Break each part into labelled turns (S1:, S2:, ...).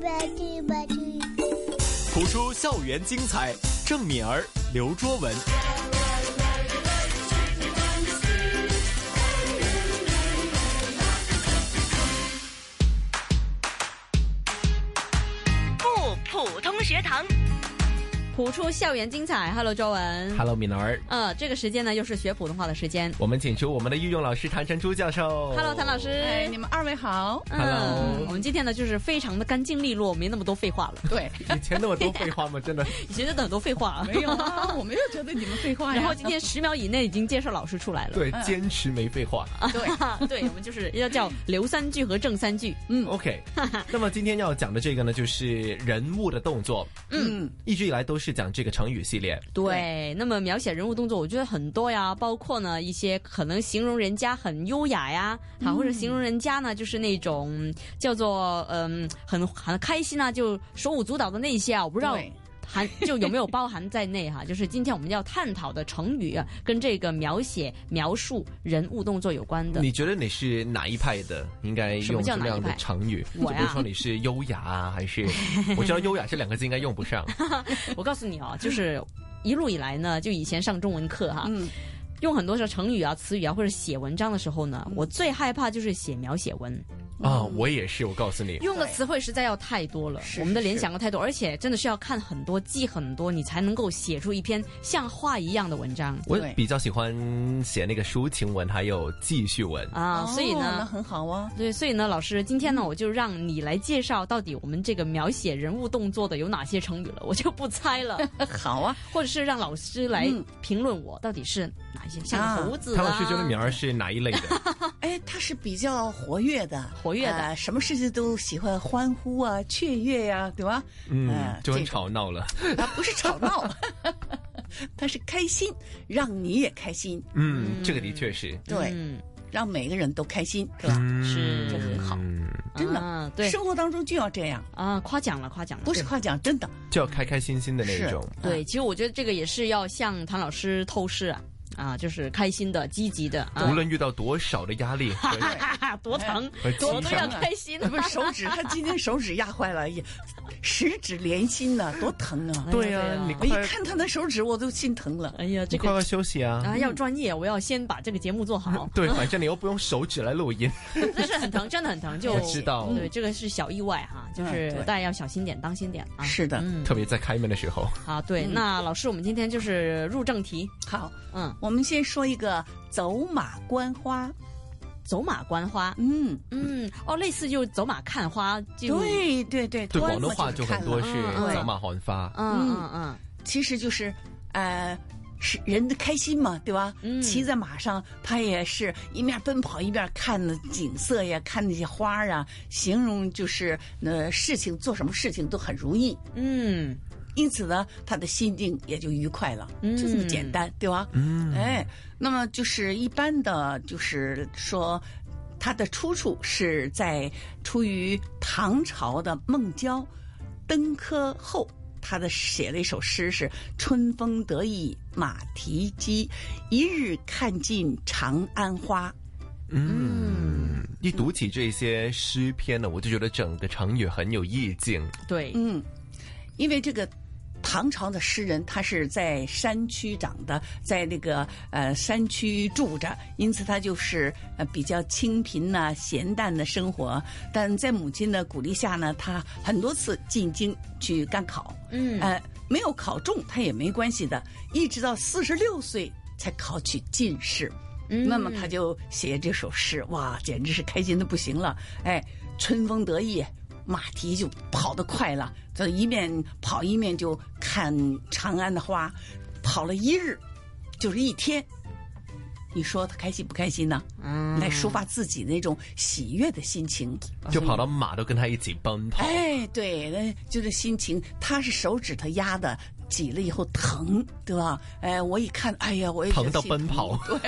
S1: 吧去吧去。
S2: 谱出校园精彩，郑敏儿、刘卓文。
S3: 不普通学堂。
S4: 谱出校园精彩，Hello 周文
S5: Hello，敏儿，
S4: 呃，这个时间呢又是学普通话的时间
S5: 我们请出我们的御用老师谭成珠教授。
S4: ，Hello 谭老师。
S6: 哎，你们二位好。
S4: 嗯
S5: Hello
S4: 我们今天呢就是非常的干净利落，没那么多 废话了。
S6: 对，
S5: 以前那么多废话吗？ 真的，
S4: 以前真的很多废话啊
S6: 没， 有啊，我没有觉得你们废 话呀。
S4: 然后今天十秒以内已经介绍老师出来了。
S5: 对，坚持没废话。
S6: 对，
S4: 啊，对，我们就是要叫留三句和正三句。嗯，
S5: OK，那么今天要讲的这个呢，就是人物的动作。
S6: 嗯，
S5: 一直以来都是讲这个成语系列。
S4: 对，那么描写人物动作，我觉得很多呀，包括呢一些可能形容人家很优雅呀，
S6: 嗯
S4: 啊，或者形容人家呢就是那种叫做嗯很很开心啊，就手舞足蹈的那一些啊，我不知道
S6: 对
S4: 含就有没有包含在内哈、就是今天我们要探讨的成语啊，跟这个描写描述人物动作有关的。
S5: 你觉得你是哪一派的？应该
S4: 什么
S5: 用
S4: 叫
S5: 什
S4: 哪
S5: 么
S4: 一派
S5: 样的成语？就
S4: 我
S5: 比
S4: 呀
S5: 如说你是优雅啊，还 是我知道优雅这两个字应该用不上。
S4: 我告诉你哦，就是一路以来呢，就以前上中文课哈、
S6: 嗯，
S4: 用很多的成语啊、词语啊，或者写文章的时候
S6: 嗯
S4: 呢，我最害怕就是写描写文，
S5: 啊，我也是，我告诉你。
S4: 用的词汇实在要太多了，
S6: 是
S4: 我们的
S6: 是
S4: 联想要太多，而且真的是要看很多、记很多，你才能够写出一篇像话一样的文章
S5: 我
S6: 对
S5: 比较喜欢写那个抒情文，还有记叙文。
S4: 啊。所以
S6: 哦那
S4: 呢，
S6: 很好啊。
S4: 对，所以呢，老师，今天
S6: 嗯
S4: 呢，我就让你来介绍到底我们这个描写人物动作的有哪些成语了，我就不猜 了，
S6: 好啊，
S4: 或者是让老师来
S6: 嗯
S4: 评论我到底是哪一些，像
S6: 啊
S4: 猴子
S5: 谭
S4: 啊，
S5: 老师觉得敏儿是哪一类的？
S6: 哎，他是比较活跃的，
S4: 活跃的
S6: 呃什么事情都喜欢欢呼啊、雀跃呀、对吧？
S5: 嗯
S6: 呃，
S5: 就很
S6: 这种
S5: 吵闹了。
S6: 啊，不是吵 闹，他是开心，让你也开心，
S5: 嗯，这个的确是，
S6: 对，
S4: 嗯，
S6: 让每个人都开心，对吧？
S4: 是
S6: 这很好
S5: 嗯，
S6: 真的
S4: 啊对
S6: 生活当中就要这样，
S4: 啊，夸奖了，夸奖了，
S6: 不是嗯夸奖，真的
S5: 就要开开心心的那种。
S6: 是
S4: 对，其实我觉得这个也是要向谭老师透视啊，啊，就是开心的、积极的啊
S5: 无， 论遇到多少的压力和
S4: 多疼，
S5: 和
S4: 多
S5: 激
S4: 都
S6: 疼
S4: 要
S5: 情，
S6: 啊
S4: 开 心
S6: 不是手指，他今天手指压坏了，也十指连心呐、多疼啊！
S5: 对
S4: 哎呀
S5: 呀，你
S6: 我一
S5: 快
S6: 看他的手指，我都心疼了。
S4: 哎呀，
S5: 你
S4: 这
S5: 快快
S4: 个
S5: 休息啊！，
S4: 啊要专业，我要先把这个节目做好
S5: 对，反正你又不用手指来录音，
S4: 但是很疼，真的很疼，就
S5: 我知道，
S4: 对，这个是小意外哈，就是
S6: 嗯对
S4: 大家要小心点，当心点啊。
S6: 是的，
S4: 嗯，
S5: 特别在开门的时候，
S4: 好，对，
S6: 嗯
S4: 那老师，我们今天就是入正题，
S6: 好，
S4: 嗯，
S6: 我们先说一个走马观花。
S4: 走马观花，
S6: 嗯，
S4: 嗯，哦，类似就走马看花，就，
S6: 对对对，
S5: 对
S6: 观
S5: 广东
S6: 嘛
S5: 话
S6: 就
S5: 就是
S6: 看
S5: 很多
S6: 了
S5: 是
S4: 嗯嗯
S5: 走马看花。
S4: 嗯嗯嗯，
S6: 其实就是呃，是人的开心嘛，对吧？
S4: 嗯
S6: 骑在马上，他也是一面奔跑一面看景色呀，看那些花儿啊，形容就是呃事情做什么事情都很如意，
S4: 嗯，
S6: 因此呢，他的心境也就愉快了，
S4: 嗯
S6: 就这么简单，对吧？
S5: 嗯，
S6: 哎，那么就是一般的，就是说，它的出处是在出于唐朝的孟郊登科后，他的写了一首诗是“春风得意马蹄疾，一日看尽长安花
S5: 嗯，一读起这些诗篇呢，我就觉得整个成语很有意境。
S4: 对”。，
S6: 嗯，因为这个。唐朝的诗人，他是在山区长的，在那个呃山区住着，因此他就是呃比较清贫呐、闲淡的生活。但在母亲的鼓励下呢，他很多次进京去赶考，
S4: 嗯
S6: 呃，没有考中他也没关系的，一直到四十六岁才考取进士。
S4: 嗯
S6: 那么他就写这首诗，哇，简直是开心的不行了！哎，春风得意，马蹄就跑得快了，他一面跑一面就看长安的花，跑了一日，就是一天。你说他开心不开心呢？
S4: 嗯
S6: 来抒发自己那种喜悦的心情。
S5: 就跑到马都跟他一起奔跑，
S6: 嗯哎，对，那就是心情，他是手指头压的，挤了以后疼，对吧？哎，我一看，哎呀，我也觉得
S5: 疼到
S6: 心
S5: 奔跑。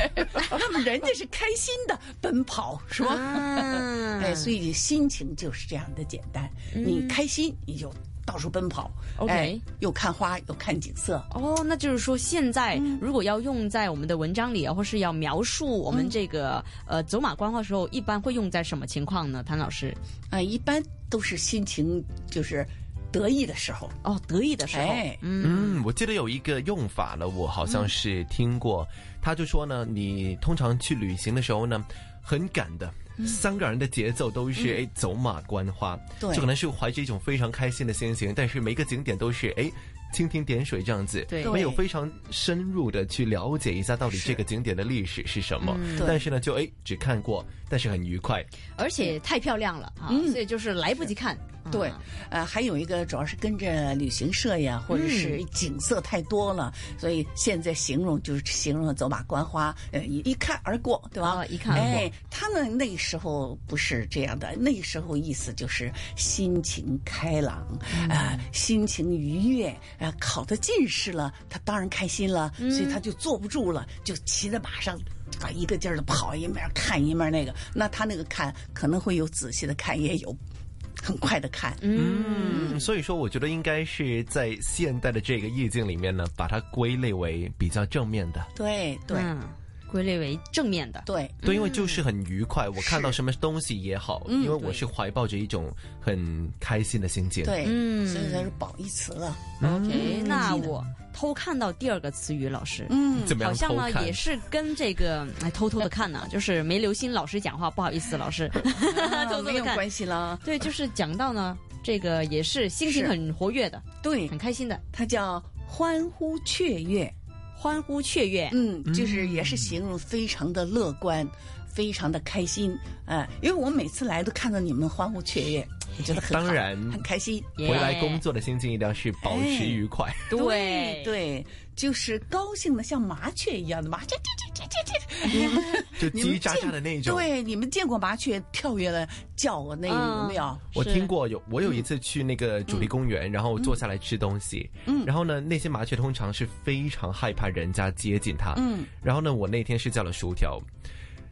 S6: 那么人家是开心的奔跑，是吧？哎
S4: 嗯
S6: 哎，所以心情就是这样的简单，你开心你就。到处奔跑。
S4: OK
S6: 哎又看花，又看景色。
S4: 哦，那就是说，现在
S6: 嗯
S4: 如果要用在我们的文章里，啊或是要描述我
S6: 嗯
S4: 们这个、呃走马观花的时候，一般会用在什么情况呢？谭老师，
S6: 啊，一般都是心情就是得意的时候。
S4: 哦，得意的时候，
S6: 哎
S4: 嗯，
S5: 嗯，我记得有一个用法呢，我好像是听过，他就说呢，你通常去旅行的时候呢，很赶的。三个人的节奏都是哎走马观花，
S6: 对
S5: 就可能是怀着一种非常开心的心情，但是每个景点都是哎蜻蜓点水这样子，
S4: 对
S5: 没有非常深入的去了解一下到底
S6: 是
S5: 这个景点的历史是什么，
S6: 嗯
S4: 嗯
S6: 对
S5: 但是呢就哎只看过，但是很愉快，
S4: 而且太漂亮了啊，
S6: 嗯
S4: 所以就是来不及看。啊
S6: 对，呃，还有一个主要是跟着旅行社呀，或者是景色太多了，所以现在形容就是形容走马观花，呃，一一看而过，对吧？
S4: 哦一看而过
S6: 哎，他们那时候不是这样的，那时候意思就是心情开朗，
S4: 嗯
S6: 呃，心情愉悦，呃，考得进士了，他当然开心了，
S4: 嗯
S6: 所以他就坐不住了，就骑着马上。啊，一个劲儿的跑，一面看一面那个，那他那个看可能会有仔细的看，也有很快的看，
S5: 嗯，所以说，我觉得应该是在现代的这个意境里面呢，把它归类为比较正面的。
S6: 对对、
S4: 嗯归类为正面的。
S6: 对，
S5: 对，因为就是很愉快，我看到什么东西也好，因为我是怀抱着一种很开心的心情。，
S6: 对，
S4: 嗯
S6: 所以它是褒义词 了。
S4: OK，那我偷看到第二个词语，老师，
S6: 嗯，
S5: 怎么
S4: 好
S5: 样偷
S4: 像呢
S5: 看
S4: 也？是跟这个哎偷偷的看呢、就是没留心老师讲话，不好意思，老师， 偷偷
S6: 没
S4: 的
S6: 有
S4: 看。
S6: 关系啦。
S4: 对，就是讲到呢，这个也是心情
S6: 是
S4: 很活跃的，
S6: 对，
S4: 很开心的，
S6: 它叫欢呼雀跃。
S4: 欢呼雀跃。
S6: 嗯，就是也是形容非常的乐观，非常的开心。哎、因为我每次来都看到你们欢呼雀跃，我觉得很好
S5: 当然
S6: 很开心。
S4: 耶
S5: 回来工作的心情一定要是保持愉快。
S4: 对
S6: 对，就是高兴的像麻雀一样的麻雀，这这这这这这，
S5: 就
S6: 你
S5: 叽
S6: 们
S5: 叽喳喳的那种。
S6: 对，你们见过麻雀跳跃了叫我那
S4: 嗯
S6: 个、有没有？
S5: 我听过有，我有一次去那个主题公园，然后坐下来吃东西，嗯，然后呢，那些麻雀通常是非常害怕人家接近它，
S6: 嗯，
S5: 然后呢，我那天是叫了薯条，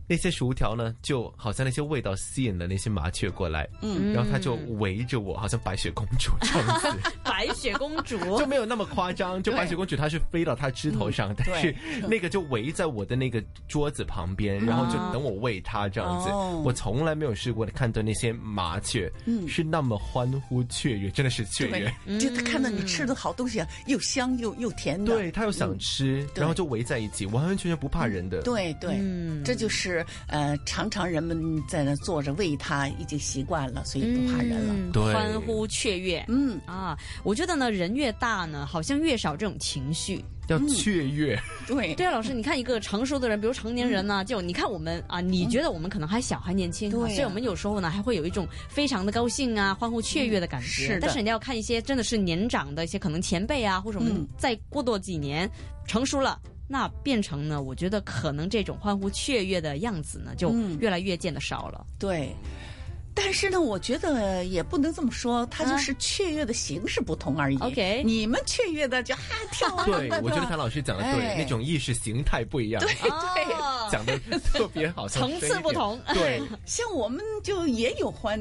S5: 那些薯条呢，就好像那些味道吸引了那些麻雀过来，嗯，然后它就围着我，好像白雪公主这样子，
S4: 白雪公主
S5: 就没有那么夸张，就白雪公主她是飞到她枝头上，但是那个就围在我的那个桌子旁边，然后就等我喂它这样子。
S6: 嗯哦嗯
S5: 我从来没有试过看到那些麻雀、是那么欢呼雀跃，真的是雀跃。
S6: 对，就他看到你吃的好东西，啊又香又又甜 的。
S5: 对，它又想吃，
S6: 嗯对
S5: 然后就围在一起，完完全全不怕人的。
S6: 对 对，
S4: 嗯
S6: 这就是呃，常常人们在那坐着喂它，已经习惯了，所以不怕人了。
S4: 嗯
S5: 对
S4: 欢呼雀跃。
S6: 嗯，
S4: 啊，我觉得呢，人越大呢，好像越少这种情绪。
S5: 要
S6: 嗯
S5: 雀 跃，
S6: 对
S4: 对啊，老师，你看一个成熟的人，比如成年人呢、就你看我们啊，你觉得我们可能还小，还年轻、
S6: 嗯对啊
S4: 所以我们有时候呢，还会有一种非常的高兴啊、欢呼雀跃的感觉。
S6: 是的
S4: 但是你要看一些真的是年长的一些可能前辈啊，或者我们
S6: 嗯
S4: 再过多几年、成熟了。那变成呢？我觉得可能这种欢呼雀跃的样子呢，就
S6: 嗯
S4: 越来越见得少 了。
S6: 对。但是呢，我觉得也不能这么说，它就是雀跃的形式不同而已。
S4: OK
S6: 你们雀跃的就哈跳啊，
S5: 对
S6: 跳啊
S5: 我觉得谭老师讲的对，
S6: 哎
S5: 那种意识形态不一样，
S4: 哦
S5: 讲的特别好，像
S4: 层
S5: 深一
S4: 次不
S5: 点。
S4: 同。
S5: 对，
S6: 像我们就也有欢，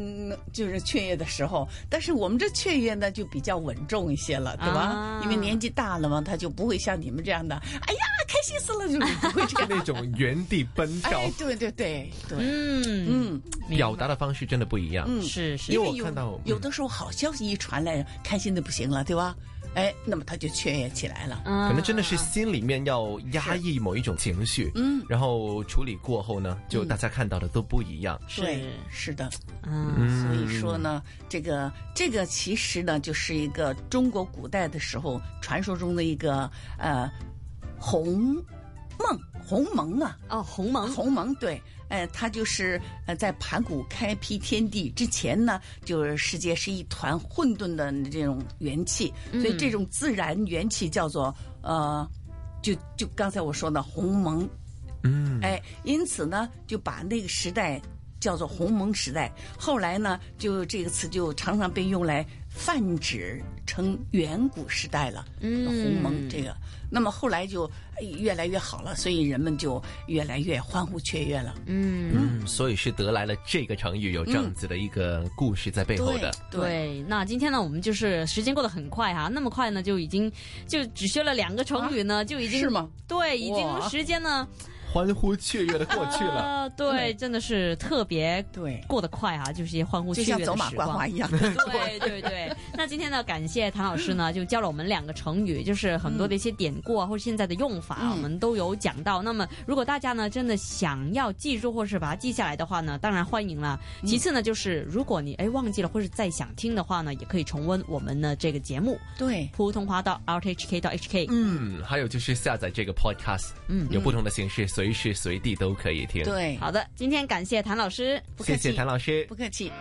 S6: 就是雀跃的时候，但是我们这雀跃呢就比较稳重一些了，对吧？
S4: 啊
S6: 因为年纪大了嘛，他就不会像你们这样的，哎呀，开心死了，就是不会这样。
S5: 那种原地奔 跳
S6: 哎，，对对对对，
S4: 嗯，
S6: 嗯
S4: 明白
S5: 表达的方式真的不一样。
S6: 嗯，
S4: 是是
S5: 因
S6: 因
S5: 为
S6: 为
S5: 我
S6: 有
S5: 看到
S6: 有的时候好消息一传来，开心的不行了，对吧？哎，那么他就雀跃起来了。
S4: 可
S5: 可能真的是心里面要压抑某一种情绪，嗯，然后处理过后呢，
S6: 嗯
S5: 就大家看到的都不一样。
S6: 对，是的，
S4: 嗯
S6: 所以说呢，这个这个其实呢，就是一个中国古代的时候传说中的一个呃鸿梦鸿蒙啊，
S4: 哦，鸿蒙
S6: 鸿蒙对，呃，它就是呃，在盘古开辟天地之前呢，就是世界是一团混沌的这种元气，所以这种自然元气叫做呃，就就刚才我说的鸿蒙，
S5: 嗯，
S6: 哎，因此呢，就把那个时代叫做鸿蒙时代。后来呢，就这个词就常常被用来泛指称远古时代了。
S4: 嗯
S6: 鸿蒙这个，那么后来就哎越来越好了，所以人们就呃越来越欢呼雀跃了。
S4: 嗯。
S5: 嗯，所以是得来了这个成语，有这样子的一个故事在背后的。
S6: 对，
S4: 对，那今天呢，我们就是时间过得很快哈、啊那么快呢，就已经就只学了两个成语呢，就已经
S6: 啊是吗？
S4: 对，已经
S6: 哇
S4: 时间呢，
S5: 欢呼雀跃的过去
S6: 啊
S5: 了。
S4: 呃，对，
S6: 嗯
S4: 真的是特别
S6: 对
S4: 过得快哈、就是一些欢呼
S6: 就
S4: 雀跃
S6: 像
S4: 的
S6: 走马
S4: 时
S6: 观
S4: 光
S6: 花一 样。
S4: 对对对，那今天呢，感谢谭老师呢，就教了我们两个成语，就是很多的一些典故啊，或者现在的用法啊，
S6: 嗯
S4: 我们都有讲到。那么，如果大家呢真的想要记住或是把它记下来的话呢，当然欢迎了。其次呢，就是如果你哎忘记了或是再想听的话呢，也可以重温我们的这个节目
S6: 对，
S4: 普通话到 rthk 到 hk。
S5: 嗯，还有就是下载这个 podcast，
S4: 嗯
S5: 有不同的形式，随时随地都可以听。，
S6: 对，
S4: 好的，今天感谢谭老师。
S6: 不客
S5: 谢
S6: 气
S5: 谢谭老师，
S6: 不客气。